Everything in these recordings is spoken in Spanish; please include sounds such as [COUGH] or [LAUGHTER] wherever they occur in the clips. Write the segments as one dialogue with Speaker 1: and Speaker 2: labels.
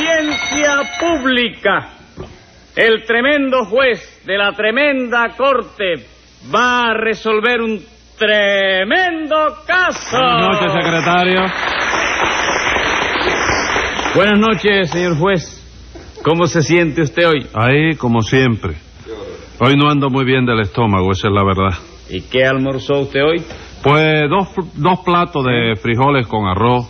Speaker 1: audiencia pública. El tremendo juez de la tremenda corte va a resolver un tremendo caso.
Speaker 2: Buenas noches, secretario.
Speaker 1: Buenas noches, señor juez. ¿Cómo se siente usted hoy?
Speaker 2: Ahí, como siempre. Hoy no ando muy bien del estómago, esa es la verdad.
Speaker 1: ¿Y qué almorzó usted hoy?
Speaker 2: Pues dos, dos platos de frijoles con arroz,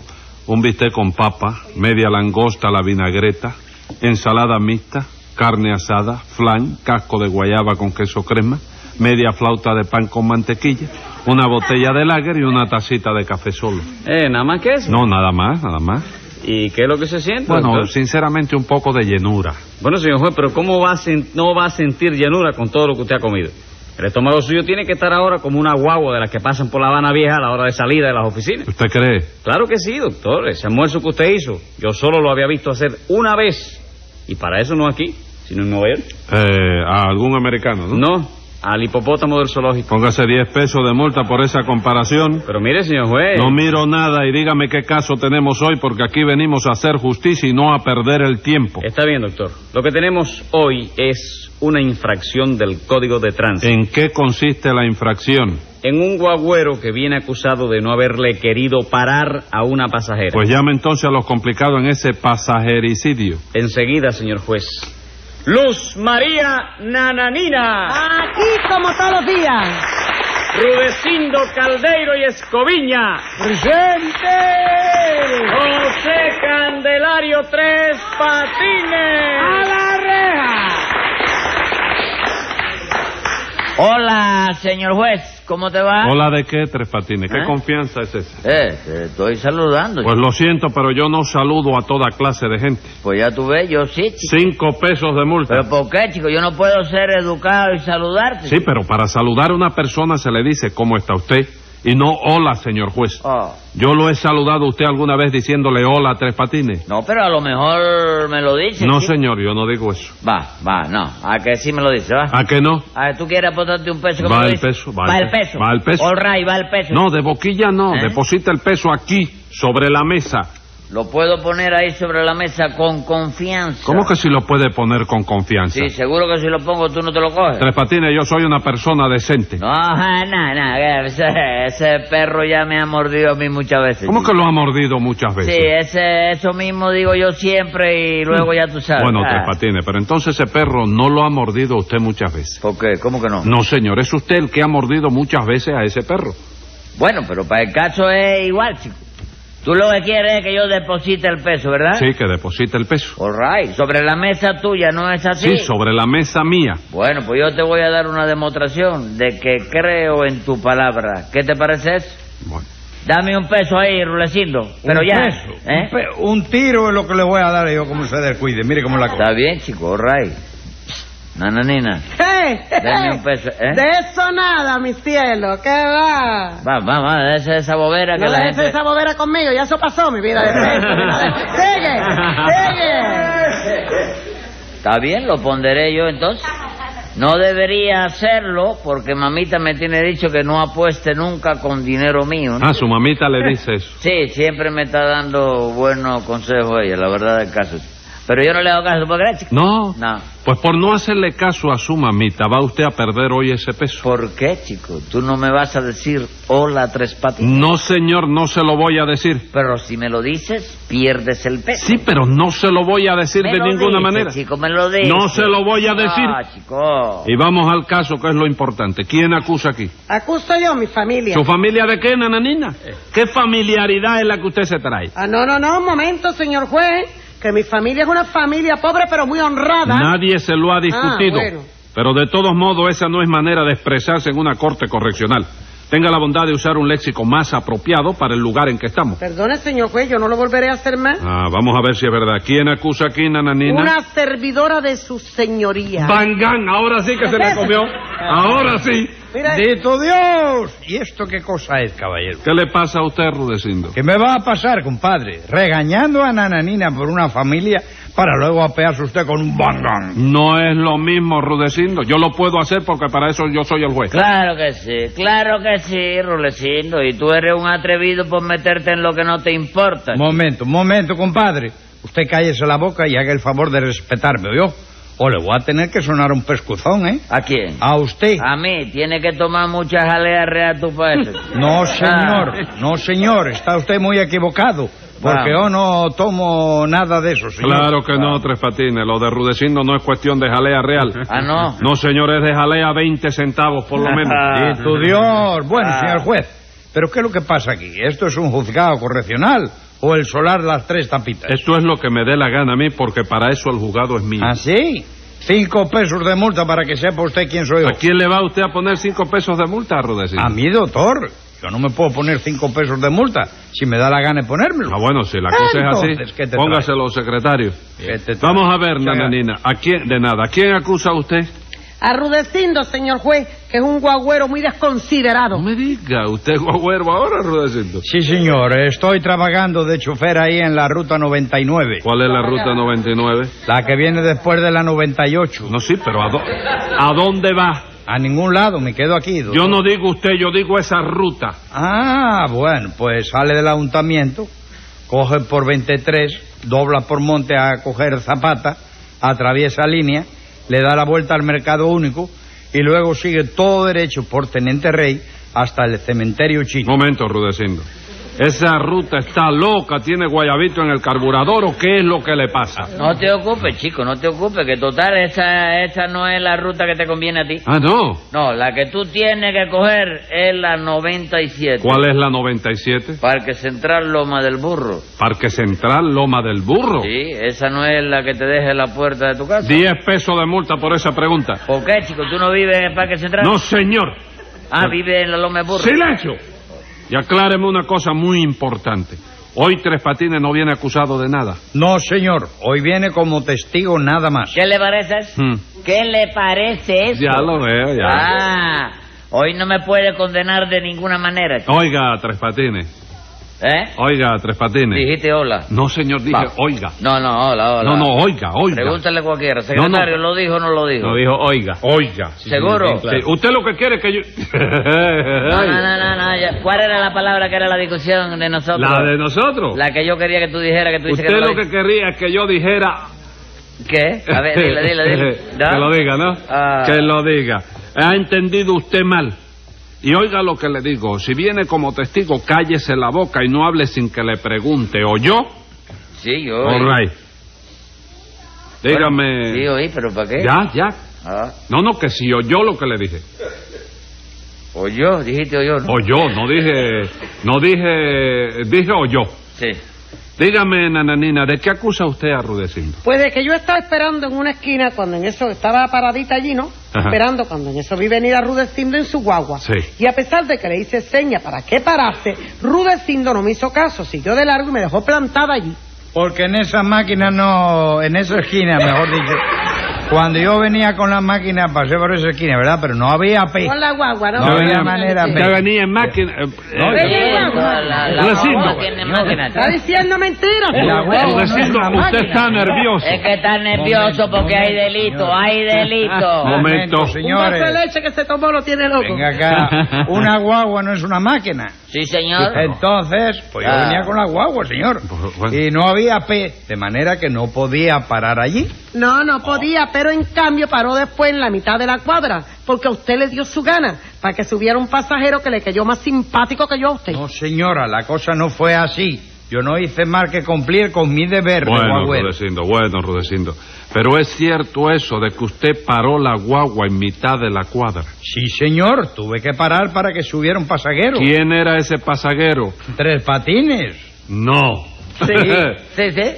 Speaker 2: un bistec con papa, media langosta a la vinagreta, ensalada mixta, carne asada, flan, casco de guayaba con queso crema, media flauta de pan con mantequilla, una botella de lager y una tacita de café solo.
Speaker 1: Eh, nada más que eso.
Speaker 2: No, nada más, nada más.
Speaker 1: ¿Y qué es lo que se siente?
Speaker 2: Bueno,
Speaker 1: doctor?
Speaker 2: sinceramente un poco de llenura.
Speaker 1: Bueno, señor juez, pero ¿cómo va a sen- no va a sentir llenura con todo lo que usted ha comido? El estómago suyo tiene que estar ahora como una guagua de las que pasan por La Habana Vieja a la hora de salida de las oficinas.
Speaker 2: ¿Usted cree?
Speaker 1: Claro que sí, doctor. Ese almuerzo que usted hizo, yo solo lo había visto hacer una vez. Y para eso no aquí, sino en Nueva York.
Speaker 2: Eh, a algún americano, ¿no?
Speaker 1: No, al hipopótamo del zoológico.
Speaker 2: Póngase 10 pesos de multa por esa comparación.
Speaker 1: Pero mire, señor
Speaker 3: Eh.
Speaker 1: juez.
Speaker 2: No miro nada y dígame qué caso tenemos hoy porque aquí venimos a hacer justicia y no a perder el tiempo.
Speaker 3: Eh.
Speaker 1: Está bien, doctor. Lo que tenemos hoy es una infracción del Código de Tránsito.
Speaker 2: ¿En qué consiste la infracción?
Speaker 1: En un guagüero que viene acusado de no haberle querido parar a una
Speaker 3: Eh.
Speaker 1: pasajera.
Speaker 2: Pues llame entonces a los complicados en ese pasajericidio.
Speaker 1: Enseguida, señor juez. Luz María Nananina,
Speaker 4: Aquí como todos los días.
Speaker 1: Rudecindo Caldeiro y Escoviña,
Speaker 4: ¡Presente!
Speaker 1: José Candelario Tres Patines.
Speaker 4: la reja!
Speaker 3: Hola, señor juez, ¿cómo te va?
Speaker 2: Hola de qué, Tres Patines. ¿Qué
Speaker 3: ¿Eh?
Speaker 2: confianza es esa?
Speaker 3: Eh, te estoy saludando.
Speaker 2: Pues lo siento, pero yo no saludo a toda clase de gente.
Speaker 3: Pues ya tú ves, yo sí, chico.
Speaker 2: Cinco pesos de multa.
Speaker 3: Pero ¿por qué, chico? Yo no puedo ser educado y saludarte.
Speaker 2: Sí, pero para saludar a una persona se le dice cómo está usted y no hola, señor juez.
Speaker 3: Oh,
Speaker 2: Yo lo he saludado a usted alguna vez diciéndole hola a Tres Patines.
Speaker 3: no, pero a lo mejor me lo dices.
Speaker 2: No,
Speaker 3: chico.
Speaker 2: señor, yo no digo eso.
Speaker 3: Va, va, no. A que sí me lo dices, va.
Speaker 2: ¿A qué no?
Speaker 3: A que tú quieres aportarte un peso. ¿cómo
Speaker 2: Va
Speaker 3: lo
Speaker 2: el
Speaker 3: dices?
Speaker 2: peso, va
Speaker 3: Va
Speaker 2: el
Speaker 3: el
Speaker 2: peso,
Speaker 3: peso.
Speaker 2: va el peso.
Speaker 3: All right, va el peso.
Speaker 2: No, de boquilla no.
Speaker 3: ¿Eh?
Speaker 2: Deposita el peso aquí, sobre la mesa.
Speaker 3: Lo puedo poner ahí sobre la mesa con confianza.
Speaker 2: ¿Cómo que si lo puede poner con confianza?
Speaker 3: Sí, seguro que si lo pongo tú no te lo coges.
Speaker 2: Tres Patines, yo soy una persona decente.
Speaker 3: No, [LAUGHS] ja, no, no, ese, ese perro ya me ha mordido a mí muchas veces.
Speaker 2: ¿Cómo
Speaker 3: chico.
Speaker 2: que lo ha mordido muchas veces?
Speaker 3: Sí, ese, eso mismo digo yo siempre y luego ya tú sabes.
Speaker 2: Bueno, Tres
Speaker 3: Ah,
Speaker 2: Patines, pero entonces ese perro no lo ha mordido usted muchas veces.
Speaker 3: ¿Por qué? ¿Cómo que no?
Speaker 2: No, señor, es usted el que ha mordido muchas veces a ese perro.
Speaker 3: Bueno, pero para el caso es igual, chico. Tú lo que quieres es que yo deposite el peso, ¿verdad?
Speaker 2: Sí, que deposita el peso.
Speaker 3: All right. Sobre la mesa tuya, ¿no es así?
Speaker 2: Sí, sobre la mesa mía.
Speaker 3: Bueno, pues yo te voy a dar una demostración de que creo en tu palabra. ¿Qué te parece eso?
Speaker 2: Bueno.
Speaker 3: Dame un peso ahí, Rulecindo. Pero ya.
Speaker 5: peso,
Speaker 3: ¿eh?
Speaker 5: un pe- un tiro es lo que le voy a dar yo como se descuide. Mire cómo la cosa.
Speaker 3: Está bien, chico, all right. Nananina. Dame un peso, ¿eh?
Speaker 4: De eso nada, mi cielo, ¿qué va?
Speaker 3: Va, va, va, deja esa bobera que
Speaker 4: No
Speaker 3: la
Speaker 4: dejes
Speaker 3: gente...
Speaker 4: esa bobera conmigo, ya eso pasó, mi vida de sexo, mi vida de-
Speaker 3: [LAUGHS]
Speaker 4: ¡Sigue! ¡Sigue!
Speaker 3: Está bien, lo ponderé yo entonces. No debería hacerlo porque mamita me tiene dicho que no apueste nunca con dinero mío. ¿no?
Speaker 2: Ah, su mamita le dice eso.
Speaker 3: Sí, siempre me está dando buenos consejos ella, la verdad del caso. Pero yo no le hago caso, ¿por qué, chico?
Speaker 2: No.
Speaker 3: No.
Speaker 2: Pues por no hacerle caso a su mamita, va usted a perder hoy ese peso.
Speaker 3: ¿Por qué, chico? Tú no me vas a decir hola tres patitas.
Speaker 2: No, señor, no se lo voy a decir.
Speaker 3: Pero si me lo dices, pierdes el peso.
Speaker 2: Sí, pero no se lo voy a decir
Speaker 3: Me
Speaker 2: de
Speaker 3: lo
Speaker 2: ninguna
Speaker 3: dices,
Speaker 2: manera.
Speaker 3: chico, me lo dices.
Speaker 2: No se lo voy a decir.
Speaker 3: Ah, chico.
Speaker 2: Y vamos al caso, que es lo importante. ¿Quién acusa aquí?
Speaker 4: Acuso yo a mi familia.
Speaker 2: ¿Su familia de qué, nananina?
Speaker 3: Eh.
Speaker 2: ¿Qué familiaridad es la que usted se trae?
Speaker 4: Ah, no, no, no, un momento, señor juez, que mi familia es una familia pobre pero muy honrada.
Speaker 2: Nadie se
Speaker 3: Ah,
Speaker 2: lo ha discutido.
Speaker 4: bueno.
Speaker 2: Pero de todos modos, esa no es manera de expresarse en una corte correccional. Tenga la bondad de usar un léxico más apropiado para el lugar en que estamos.
Speaker 4: Perdone, señor juez, yo no lo volveré a hacer más.
Speaker 2: Ah, vamos a ver si es verdad. ¿Quién acusa aquí, nananina?
Speaker 4: Una servidora de su señoría.
Speaker 2: Bangán, ahora sí que se la comió. Ahora sí.
Speaker 4: Mira,
Speaker 5: ¡Dito Dios! ¿Y esto qué cosa es, caballero?
Speaker 2: ¿Qué le pasa a usted, Rudecindo?
Speaker 5: ¿Qué me va a pasar, compadre? Regañando a Nananina por una familia para luego apearse usted con un bangón.
Speaker 2: No es lo mismo, Rudecindo. Yo lo puedo hacer porque para eso yo soy el juez.
Speaker 3: Claro que sí, claro que sí, Rulecindo. Y tú eres un atrevido por meterte en lo que no te importa.
Speaker 5: Momento, momento, compadre. Usted cállese la boca y haga el favor de respetarme, ¿oyó? O le voy a tener que sonar un pescuzón, ¿eh?
Speaker 3: ¿A quién?
Speaker 5: A usted.
Speaker 3: A mí, tiene que tomar mucha jalea real tú para
Speaker 2: [LAUGHS]
Speaker 3: eso.
Speaker 5: No, señor. No, señor. Está usted muy equivocado. Porque yo
Speaker 3: Vamos.
Speaker 5: no tomo nada de eso, señor.
Speaker 2: Claro que no, Tres Patines. Lo de Rudecindo no es cuestión de jalea real.
Speaker 3: Ah, no.
Speaker 2: [LAUGHS] No, señor, es de jalea 20 centavos por lo
Speaker 5: [LAUGHS]
Speaker 3: Ah.
Speaker 2: menos.
Speaker 5: Tu Dios. Bueno,
Speaker 3: Ah.
Speaker 5: señor juez. ¿Pero qué es lo que pasa aquí? ¿Esto es un juzgado correccional? ¿O el solar las tres tapitas?
Speaker 2: Esto es lo que me dé la gana a mí, porque para eso el juzgado es mío.
Speaker 5: ¿Ah, sí? Cinco pesos de multa para que sepa usted quién soy yo.
Speaker 2: ¿A quién le va usted a poner cinco pesos de multa, Rudecindo?
Speaker 5: A mí, doctor. Yo no me puedo poner cinco pesos de multa. Si me da la gana de ponérmelo.
Speaker 2: Ah, bueno, si la cosa
Speaker 5: Entonces,
Speaker 2: es
Speaker 5: ¿qué
Speaker 2: así,
Speaker 5: te
Speaker 2: póngaselo, secretario.
Speaker 5: ¿Qué te trae?
Speaker 2: Vamos a ver,
Speaker 5: O sea,
Speaker 2: nananina, ¿a quién, de nada, ¿a quién acusa usted?
Speaker 4: Arrudecindo, señor juez, que es un guagüero muy desconsiderado.
Speaker 2: No me diga, usted es guagüero ahora, Rudecindo.
Speaker 5: Sí, señor. Estoy trabajando de chofer ahí en la ruta 99.
Speaker 2: ¿Cuál es la ruta 99?
Speaker 5: La que viene después de la 98.
Speaker 2: No, sí, pero ¿a, dó- a dónde va?
Speaker 5: A ningún lado, me quedo aquí. doctor.
Speaker 2: Yo no digo usted, yo digo esa ruta.
Speaker 5: Ah, bueno, pues sale del ayuntamiento, coge por 23, dobla por monte a coger Zapata, atraviesa línea, le da la vuelta al mercado único y luego sigue todo derecho por Teniente Rey hasta el cementerio
Speaker 2: Un
Speaker 5: chino.
Speaker 2: momento, Rudecindo. ¿Esa ruta está loca? ¿Tiene guayabito en el carburador o qué es lo que le pasa?
Speaker 3: No te ocupes, chico, no te ocupes, que total, esa, esa no es la ruta que te conviene a ti.
Speaker 2: Ah, no.
Speaker 3: No, la que tú tienes que coger es la 97.
Speaker 2: ¿Cuál es la 97?
Speaker 3: Parque Central Loma del Burro.
Speaker 2: Parque Central, Loma del Burro.
Speaker 3: Sí, esa no es la que te deja en la puerta de tu casa.
Speaker 2: Diez pesos de multa por esa pregunta.
Speaker 3: ¿Por qué, chico? ¿Tú no vives en el Parque Central?
Speaker 2: No, señor.
Speaker 3: Ah, vives en la Loma del Burro.
Speaker 2: ¡Silencio! Y acláreme una cosa muy importante. Hoy Tres Patines no viene acusado de nada.
Speaker 5: No, señor, hoy viene como testigo nada más.
Speaker 3: ¿Qué le parece eso?
Speaker 2: Hmm.
Speaker 3: ¿Qué le parece eso?
Speaker 2: Ya lo veo, ya.
Speaker 3: Ah, hoy no me puede condenar de ninguna manera. chico.
Speaker 2: Oiga, Tres Patines.
Speaker 3: ¿Eh?
Speaker 2: Oiga, Tres Patines.
Speaker 3: Dijiste hola.
Speaker 2: Oh, No, señor, dije,
Speaker 3: Va.
Speaker 2: oiga.
Speaker 3: No, no, hola, hola.
Speaker 2: No, no, oiga, oiga.
Speaker 3: Pregúntale cualquiera.
Speaker 2: no.
Speaker 3: Secretario, ¿lo dijo o no lo dijo?
Speaker 2: dijo, oiga. Oiga.
Speaker 3: ¿Seguro?
Speaker 2: Sí, usted lo que quiere es que yo... [LAUGHS]
Speaker 3: No, no, no, no, no, ya. ¿Cuál era la palabra que era la discusión de nosotros?
Speaker 2: La de nosotros.
Speaker 3: La que yo quería que tú dijeras que tú dices
Speaker 2: Usted
Speaker 3: que no
Speaker 2: lo
Speaker 3: la
Speaker 2: que quería es que yo dijera...
Speaker 3: dices. ¿Qué? A ver, dile, dile,
Speaker 2: [LAUGHS]
Speaker 3: dile. ¿No?
Speaker 2: Que lo diga, ¿no?
Speaker 3: Ah.
Speaker 2: Que lo diga. Ha entendido usted mal. Y oiga lo que le digo. Si viene como testigo, cállese la boca y no hable sin que le pregunte. ¿O yo?
Speaker 3: Sí, yo.
Speaker 2: All right. Dígame...
Speaker 3: Sí, oí, pero ¿para qué?
Speaker 2: ya, ya.
Speaker 3: Ah,
Speaker 2: No, no, que si oyó lo que le dije.
Speaker 3: o yo, dijiste o yo, ¿no?
Speaker 2: Oyó, no dije... No dije... Dije oyó.
Speaker 3: Sí.
Speaker 2: Dígame, nananina, ¿de qué acusa usted a Rudecindo?
Speaker 4: Pues de que yo estaba esperando en una esquina cuando en eso estaba paradita allí, ¿no?
Speaker 2: Ajá.
Speaker 4: Esperando cuando en eso vi venir a Rudecindo en su guagua.
Speaker 2: Sí.
Speaker 4: Y a pesar de que le hice seña para que parase, Rudecindo no me hizo caso, siguió de largo y me dejó plantada allí.
Speaker 5: Porque en esa máquina no, en esa esquina, mejor dicho. Cuando yo venía con la máquina pasé por esa esquina, ¿verdad? Pero no había pe.
Speaker 4: Con la guagua, ¿no?
Speaker 5: No
Speaker 2: había
Speaker 5: manera,
Speaker 4: Sí.
Speaker 2: Ya venía en máquina... eh,
Speaker 5: No,
Speaker 2: eh,
Speaker 4: Sí,
Speaker 3: Eh,
Speaker 4: guagua.
Speaker 3: la- la- la
Speaker 2: Rudecindo.
Speaker 3: guagua tiene máquina,
Speaker 4: Está
Speaker 3: chico.
Speaker 4: diciendo mentiras.
Speaker 5: La
Speaker 4: tú.
Speaker 5: guagua no es
Speaker 2: Rudecindo,
Speaker 5: una
Speaker 2: usted
Speaker 5: máquina.
Speaker 2: está nervioso.
Speaker 3: Es que está nervioso
Speaker 5: Momento,
Speaker 3: porque hay
Speaker 5: momento,
Speaker 3: delito,
Speaker 5: señor.
Speaker 3: hay
Speaker 2: [LAUGHS]
Speaker 3: delito.
Speaker 2: Momento.
Speaker 4: Un vaso de
Speaker 5: señores.
Speaker 4: leche que se tomó lo tiene loco.
Speaker 5: Venga acá.
Speaker 2: [LAUGHS]
Speaker 5: Una guagua no es una máquina.
Speaker 3: Sí, señor.
Speaker 2: Eh,
Speaker 5: Entonces, pues yo
Speaker 3: Ah.
Speaker 5: venía con la guagua, señor.
Speaker 2: Pues, bueno.
Speaker 5: Y no había pe, de manera que no podía parar allí.
Speaker 4: No, no podía, pero en cambio paró después en la mitad de la cuadra, porque a usted le dio su gana, para que subiera un pasajero que le cayó más simpático que yo a usted.
Speaker 5: No, señora, la cosa no fue así. Yo no hice más que cumplir con mi deber de
Speaker 2: Bueno, pues,
Speaker 5: guagüero.
Speaker 2: Rudecindo, bueno, Rudecindo. Pero es cierto eso de que usted paró la guagua en mitad de la cuadra.
Speaker 5: Sí, señor, tuve que parar para que subiera un pasajero.
Speaker 2: ¿Quién era ese pasajero?
Speaker 5: Tres patines.
Speaker 2: No.
Speaker 3: Sí, sí, sí.
Speaker 2: [LAUGHS]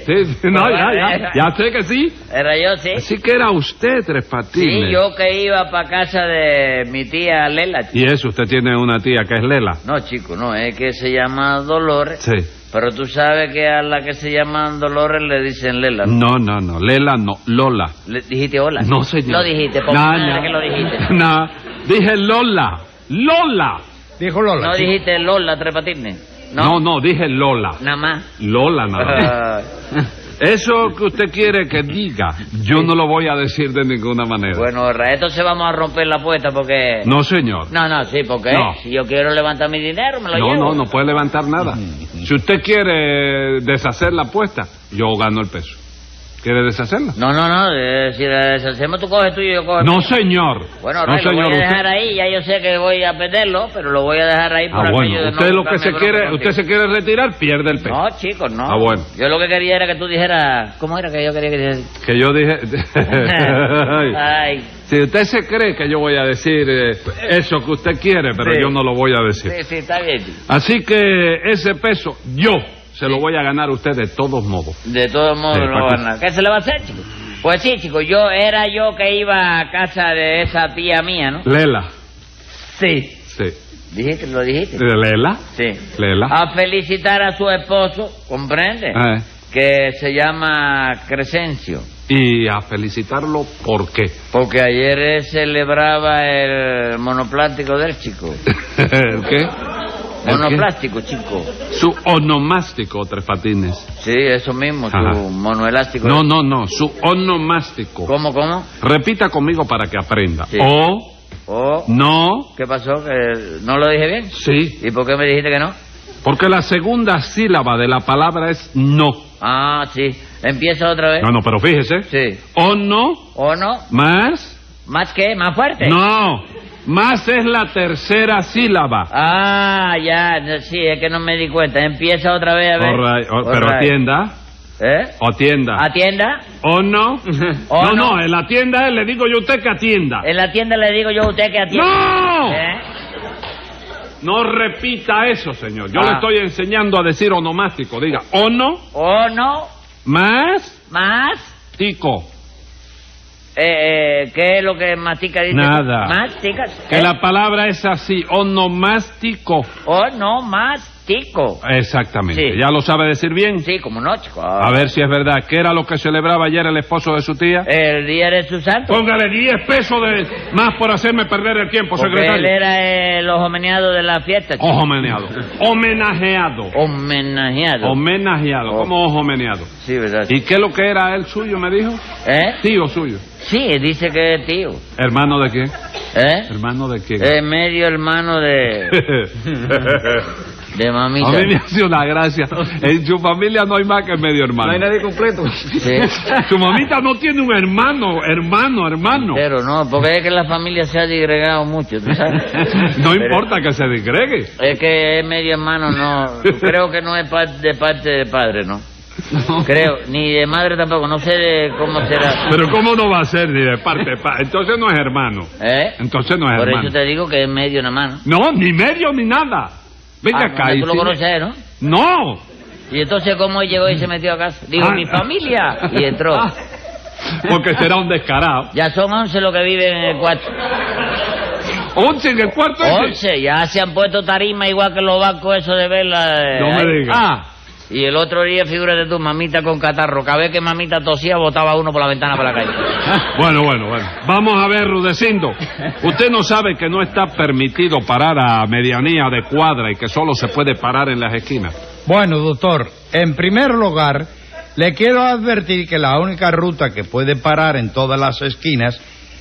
Speaker 2: Sí, sí, no, ya, ya, ya sé que sí.
Speaker 3: Era yo, sí.
Speaker 2: Así que era usted, Tres Patines.
Speaker 3: Sí, yo que iba para casa de mi tía Lela. chico.
Speaker 2: Y eso, usted tiene una tía que es Lela.
Speaker 3: No, chico, no, es que se llama Dolores.
Speaker 2: Sí.
Speaker 3: Pero tú sabes que a la que se llama Dolores le dicen Lela.
Speaker 2: No,
Speaker 3: ¿no?
Speaker 2: no, no, Lela no, Lola.
Speaker 3: ¿Le dijiste hola?
Speaker 2: Mm. No, señor.
Speaker 3: Lo dijiste, por
Speaker 2: No,
Speaker 3: mi madre
Speaker 2: no.
Speaker 3: que lo dijiste.
Speaker 2: [LAUGHS] No, dije Lola. Lola.
Speaker 5: Dijo Lola.
Speaker 3: No
Speaker 5: sí.
Speaker 3: dijiste Lola Trepatine.
Speaker 2: no, dije Lola.
Speaker 3: Nada más.
Speaker 2: Lola,
Speaker 3: [LAUGHS]
Speaker 2: nada más.
Speaker 3: Ah,
Speaker 2: [LAUGHS] Eso que usted quiere que diga, yo no lo voy a decir de ninguna manera.
Speaker 3: bueno, Ra, entonces vamos a romper la apuesta porque...
Speaker 2: No, señor.
Speaker 3: No, no, sí, porque
Speaker 2: No.
Speaker 3: si yo quiero levantar mi dinero, me lo
Speaker 2: No,
Speaker 3: llevo. [LAUGHS]
Speaker 2: no, no puede levantar nada. Si usted quiere deshacer la apuesta, yo gano el peso. ¿Quiere deshacerla?
Speaker 3: No, no, no, eh, si la deshacemos tú coges tuyo y yo cojo el
Speaker 2: No,
Speaker 3: mío.
Speaker 2: señor.
Speaker 3: Bueno,
Speaker 2: no,
Speaker 3: Ray, lo voy a
Speaker 2: usted-
Speaker 3: dejar ahí, ya yo sé que voy a perderlo, pero lo voy a dejar ahí
Speaker 2: Ah,
Speaker 3: para aquello
Speaker 2: bueno,
Speaker 3: de no
Speaker 2: usted lo que
Speaker 3: buscarme
Speaker 2: se
Speaker 3: bronca
Speaker 2: quiere,
Speaker 3: contigo.
Speaker 2: usted se quiere retirar, pierde el peso.
Speaker 3: No, chicos, no.
Speaker 2: Ah, bueno.
Speaker 3: Yo lo que quería era que tú dijeras... ¿Cómo era que yo quería
Speaker 2: [LAUGHS]
Speaker 3: que dijeras?
Speaker 2: Que yo
Speaker 3: [LAUGHS]
Speaker 2: dije.
Speaker 3: Ay.
Speaker 2: Si usted se cree que yo voy a decir eh, eso que usted quiere, pero
Speaker 3: Sí.
Speaker 2: yo no lo voy a decir.
Speaker 3: Sí, sí, está bien. chico.
Speaker 2: Así que ese peso yo se lo voy a ganar a usted de todos modos.
Speaker 3: De todos modos,
Speaker 2: Sí, Paco.
Speaker 3: no van a- ¿Qué se le va a hacer, chicos? Pues sí, chicos, yo era yo que iba a casa de esa tía mía, ¿no?
Speaker 2: Lela.
Speaker 3: Sí.
Speaker 2: Sí.
Speaker 3: Dijiste, lo dijiste.
Speaker 2: Lela.
Speaker 3: Sí.
Speaker 2: Lela.
Speaker 3: A felicitar a su esposo, ¿comprende?
Speaker 2: Eh,
Speaker 3: Que se llama Crescencio.
Speaker 2: Y a felicitarlo por qué. [LAUGHS]
Speaker 3: Porque ayer él celebraba el monoplástico del chico.
Speaker 2: ¿El qué? ¿El qué?
Speaker 3: Monoplástico, chico.
Speaker 2: Su onomástico, Tres Patines.
Speaker 3: Sí, eso mismo,
Speaker 2: Ajá.
Speaker 3: su monoelástico.
Speaker 2: No, no, no. Su onomástico.
Speaker 3: ¿Cómo, cómo?
Speaker 2: Repita conmigo para que aprenda.
Speaker 3: Sí.
Speaker 2: O,
Speaker 3: Oh,
Speaker 2: no,
Speaker 3: ¿Qué pasó? ¿Que ¿No lo dije bien?
Speaker 2: sí.
Speaker 3: ¿Y por qué me dijiste que no?
Speaker 2: Porque la segunda sílaba de la palabra es no.
Speaker 3: Ah, sí. Empieza otra vez.
Speaker 2: No, no, pero fíjese.
Speaker 3: Sí.
Speaker 2: O no,
Speaker 3: ¿O no?
Speaker 2: más,
Speaker 3: ¿Más qué? ¿Más fuerte?
Speaker 2: no. Más es la tercera sílaba.
Speaker 3: Ah, ya. no, Sí, es que no me di cuenta. Empieza otra vez a ver.
Speaker 2: All right, all-
Speaker 3: All
Speaker 2: pero Ah.
Speaker 3: right.
Speaker 2: atienda,
Speaker 3: ¿Eh?
Speaker 2: atienda.
Speaker 3: ¿Atienda?
Speaker 2: O no.
Speaker 3: [LAUGHS] O
Speaker 2: No,
Speaker 3: no.
Speaker 2: no, en la tienda es, le digo yo a usted que atienda.
Speaker 3: En la tienda le digo yo a usted que atienda.
Speaker 2: ¡No!
Speaker 3: ¿Eh?
Speaker 2: No repita eso, señor. Yo
Speaker 3: Ah.
Speaker 2: le estoy enseñando a decir onomástico. Diga, o no,
Speaker 3: ¿O no?
Speaker 2: más,
Speaker 3: ¿Más?
Speaker 2: tico.
Speaker 3: Eh, eh, ¿Qué es lo que mastica dice?
Speaker 2: Nada.
Speaker 3: ¿Mastica? ¿eh?
Speaker 2: Que la palabra es así, onomástico.
Speaker 3: ¿O Oh, no mastico?
Speaker 2: Exactamente.
Speaker 3: Sí.
Speaker 2: ¿Ya lo sabe decir bien?
Speaker 3: Sí, como no, chico.
Speaker 2: A ver si es verdad. ¿Qué era lo que celebraba ayer el esposo de su tía?
Speaker 3: El día de su santo.
Speaker 2: Póngale 10 pesos de más por hacerme perder el tiempo,
Speaker 3: Porque él
Speaker 2: secretario.
Speaker 3: era el homenajeado de la fiesta. chico.
Speaker 2: Ojo meneado. Homenajeado.
Speaker 3: Homenajeado.
Speaker 2: Homenajeado. ¿Cómo ojo meneado?
Speaker 3: sí, ¿verdad?
Speaker 2: ¿Y qué es lo que era el suyo, me dijo?
Speaker 3: ¿Eh?
Speaker 2: Tío suyo.
Speaker 3: Sí, dice que es tío.
Speaker 2: ¿Hermano de quién?
Speaker 3: ¿Eh?
Speaker 2: ¿Hermano de quién? [LAUGHS]
Speaker 3: Eh, medio hermano de, de
Speaker 2: A
Speaker 3: mamita.
Speaker 2: mí me hace una gracia. En su familia no hay más que medio hermano.
Speaker 1: completo.
Speaker 3: Sí.
Speaker 2: [LAUGHS] Su mamita no tiene un hermano, hermano, hermano.
Speaker 3: Pero no, porque es que la familia se ha digregado mucho, ¿tú
Speaker 2: [LAUGHS] [LAUGHS]
Speaker 3: sabes?
Speaker 2: No
Speaker 3: Pero-
Speaker 2: importa que se disgregue.
Speaker 3: Es que es medio hermano, no. Creo que no es pa- de parte de padre, ¿no? [LAUGHS] Creo, ni de madre tampoco, no sé de cómo será.
Speaker 2: Pero ¿cómo no va a ser ni de parte? pa- Entonces no es hermano.
Speaker 3: ¿Eh?
Speaker 2: Entonces no es
Speaker 3: Por
Speaker 2: hermano.
Speaker 3: eso te digo que es medio nada más, ¿no?
Speaker 2: No, ni medio ni nada. Venga
Speaker 3: Ah,
Speaker 2: acá. y
Speaker 3: Tú lo
Speaker 2: si-
Speaker 3: conoces, ¿no?
Speaker 2: No.
Speaker 3: Y entonces, ¿cómo él llegó y se metió a casa? Digo,
Speaker 2: Ah.
Speaker 3: mi familia. Y entró.
Speaker 2: Ah, Porque será un descarado.
Speaker 3: Ya son 11 los que viven en el cuarto.
Speaker 2: Once en el cuarto. este. ese.
Speaker 3: 11, ya se han puesto tarima igual que los bancos eso de verla. eh,
Speaker 2: No
Speaker 3: ahí.
Speaker 2: me digas.
Speaker 3: Ah, y el otro día, figúrate tú, mamita con catarro. Cada vez que mamita tosía, botaba uno por la ventana para la calle.
Speaker 2: Bueno, bueno, bueno. Vamos a ver, Rudecindo. Usted no sabe que no está permitido parar a medianía de cuadra y que solo se puede parar en las esquinas.
Speaker 5: Bueno, doctor, en primer lugar, le quiero advertir que la única ruta que puede parar en todas las esquinas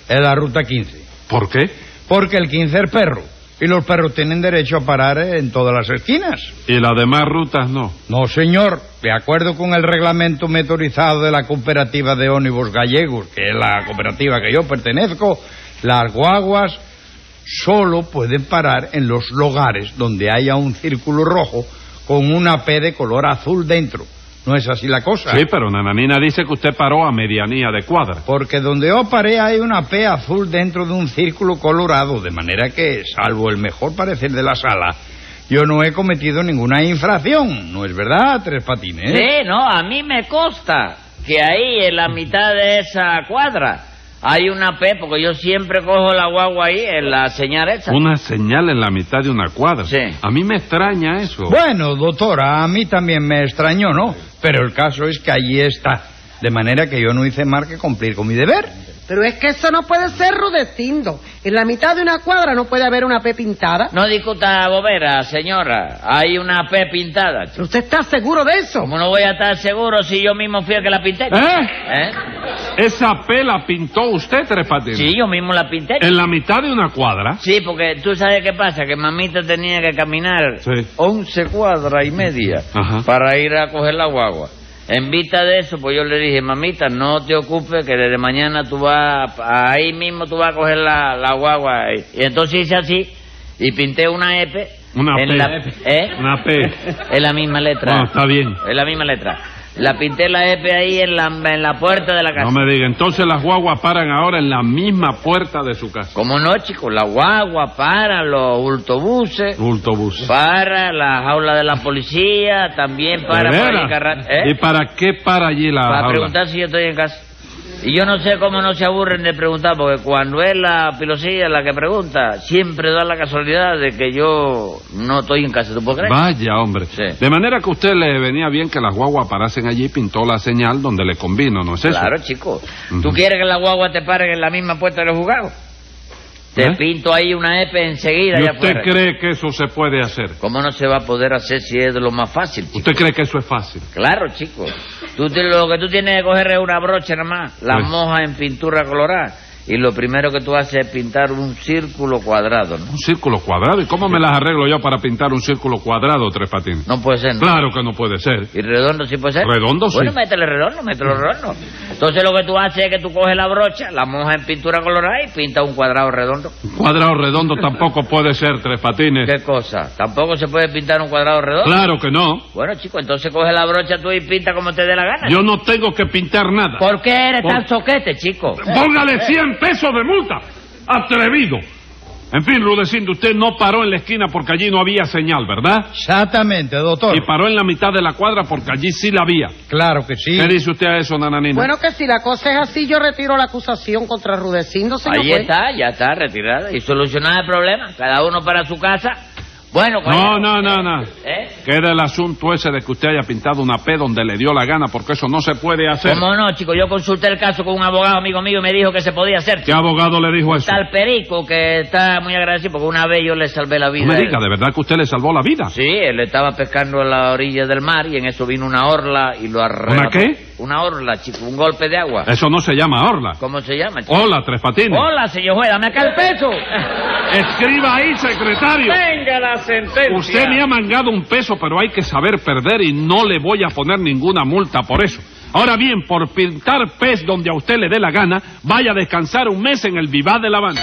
Speaker 5: es la ruta 15.
Speaker 2: ¿Por qué?
Speaker 5: Porque el 15 es perro. Y los perros tienen derecho a parar en todas las esquinas.
Speaker 2: Y las demás rutas no.
Speaker 5: No, señor. De acuerdo con el reglamento motorizado de la cooperativa de ónibus gallegos, que es la cooperativa que yo pertenezco, las guaguas solo pueden parar en los lugares donde haya un círculo rojo con una P de color azul dentro. ¿No es así la cosa?
Speaker 2: Sí, pero Nananina dice que usted paró a medianía de cuadra.
Speaker 5: Porque donde yo paré hay una P azul dentro de un círculo colorado, de manera que, salvo el mejor parecer de la sala, yo no he cometido ninguna infracción. ¿No es verdad, Tres Patines?
Speaker 3: Sí, no, a mí me consta que ahí en la mitad de esa cuadra hay una P, porque yo siempre cojo la guagua ahí en la señal esa.
Speaker 2: Una señal en la mitad de una cuadra.
Speaker 3: Sí.
Speaker 2: A mí me extraña eso.
Speaker 5: Bueno, doctora, a mí también me extrañó, ¿no? Pero el caso es que allí está. De manera que yo no hice más que cumplir con mi deber.
Speaker 4: Pero es que eso no puede ser rudecindo. En la mitad de una cuadra no puede haber una P pintada.
Speaker 3: No discuta bobera, señora. Hay una P pintada. chico.
Speaker 4: ¿Pero ¿Usted está seguro de eso?
Speaker 3: ¿Cómo no voy a estar seguro si yo mismo fui el que la pinté?
Speaker 2: ¿Eh?
Speaker 3: ¿Eh?
Speaker 2: Esa P la pintó usted, Tres Patines.
Speaker 3: Sí, yo mismo la pinté.
Speaker 2: En la mitad de una cuadra.
Speaker 3: Sí, porque tú sabes qué pasa, que mamita tenía que caminar
Speaker 2: Sí.
Speaker 3: 11 cuadras y media
Speaker 2: Ajá.
Speaker 3: para ir a coger la guagua. En vista de eso, pues yo le dije, mamita, no te ocupes, que desde mañana tú vas, ahí mismo tú vas a coger la, la guagua. ahí". Y entonces hice así y pinté una F.
Speaker 2: Una
Speaker 3: en
Speaker 2: P.
Speaker 3: La, ¿Eh?
Speaker 2: Una P.
Speaker 3: Es la misma letra.
Speaker 2: Bueno, está bien.
Speaker 3: Es la misma letra. La pinté la F ahí en la, en la puerta de la casa.
Speaker 2: No me diga, entonces las guaguas paran ahora en la misma puerta de su casa.
Speaker 3: ¿Cómo no, chicos? La guagua para, los autobuses,
Speaker 2: Bultobús.
Speaker 3: para la jaula de la policía, también para...
Speaker 2: ¿De
Speaker 3: por ahí
Speaker 2: veras?
Speaker 3: carra- ¿Eh?
Speaker 2: ¿Y para qué para allí la
Speaker 3: Para
Speaker 2: jaula?
Speaker 3: preguntar si yo estoy en casa. Y yo no sé cómo no se aburren de preguntar, porque cuando es la pilosilla la que pregunta, siempre da la casualidad de que yo no estoy en casa. ¿Tú puedes creer?
Speaker 2: Vaya, hombre.
Speaker 3: Sí.
Speaker 2: De manera que a usted le venía bien que las guaguas parasen allí y pintó la señal donde le convino, ¿no es eso?
Speaker 3: Claro, chico.
Speaker 2: Ujú.
Speaker 3: ¿Tú quieres que la guagua te pare en la misma puerta de los juzgados? Te
Speaker 2: ¿Eh?
Speaker 3: pinto ahí una EPE enseguida
Speaker 2: ¿Y
Speaker 3: allá
Speaker 2: usted
Speaker 3: afuera.
Speaker 2: cree que eso se puede hacer?
Speaker 3: ¿Cómo no se va a poder hacer si es de lo más fácil, chico?
Speaker 2: ¿Usted cree que eso es fácil?
Speaker 3: Claro, chico. Tú te- lo que tú tienes que coger es una brocha nada más, la
Speaker 2: Sí.
Speaker 3: moja en pintura colorada y lo primero que tú haces es pintar un círculo cuadrado, ¿no?
Speaker 2: Un círculo cuadrado. ¿Y cómo me las arreglo yo para pintar un círculo cuadrado, Tres Patines?
Speaker 3: No puede ser. ¿no?
Speaker 2: Claro que no puede ser.
Speaker 3: ¿Y redondo sí puede ser?
Speaker 2: Redondo sí.
Speaker 3: Bueno, métele redondo, métele redondo. Entonces lo que tú haces es que tú coges la brocha, la moja en pintura colorada y pinta un cuadrado redondo.
Speaker 2: Un cuadrado redondo tampoco puede ser, Tres Patines.
Speaker 3: ¿Qué cosa? ¿Tampoco se puede pintar un cuadrado redondo?
Speaker 2: Eh. Claro que no.
Speaker 3: Bueno, chico, entonces coge la brocha tú y pinta como te dé la gana.
Speaker 2: Yo no tengo que pintar nada.
Speaker 3: ¿Por qué eres
Speaker 2: Por-
Speaker 3: tan soquete, chico?
Speaker 2: Póngale 100 pesos de multa. Atrevido. En fin, Rudecindo, usted no paró en la esquina porque allí no había señal, ¿verdad?
Speaker 5: Exactamente, doctor.
Speaker 2: Y paró en la mitad de la cuadra porque allí sí la había.
Speaker 5: Claro que sí.
Speaker 2: ¿Qué dice usted a eso, Nananina?
Speaker 4: Bueno, que si la cosa es así, yo retiro la acusación contra Rudecindo, señor
Speaker 3: Ahí
Speaker 4: juez.
Speaker 3: está, ya está, retirada y solucionada el problema. Cada uno para su casa. Bueno,
Speaker 2: no,
Speaker 3: caballero,
Speaker 2: no, no, no.
Speaker 3: ¿eh?
Speaker 2: Queda el asunto ese de que usted haya pintado una P donde le dio la gana, porque eso no se puede hacer.
Speaker 3: ¿Cómo no, chico? Yo consulté el caso con un abogado amigo mío y me dijo que se podía hacer.
Speaker 2: ¿Qué abogado le dijo eso?
Speaker 3: Tal Perico, que está muy agradecido porque una vez yo le salvé la vida.
Speaker 2: No me
Speaker 3: a él.
Speaker 2: diga, ¿de verdad que usted le salvó la vida?
Speaker 3: Sí, él estaba pescando a la orilla del mar y en eso vino una orla y lo arrebató.
Speaker 2: ¿Una qué? Eh.
Speaker 3: Una orla, chico, un golpe de agua.
Speaker 2: Eso no se llama Orla.
Speaker 3: ¿Cómo se llama, chico?
Speaker 2: Hola, Tres Patines.
Speaker 3: Hola, señor juez, dame acá el peso.
Speaker 2: Escriba ahí, secretario.
Speaker 1: Venga la sentencia.
Speaker 2: Usted me ha mangado un peso, pero hay que saber perder y no le voy a poner ninguna multa por eso. Ahora bien, por pintar pez donde a usted le dé la gana, vaya a descansar un mes en el Vivar de La Habana.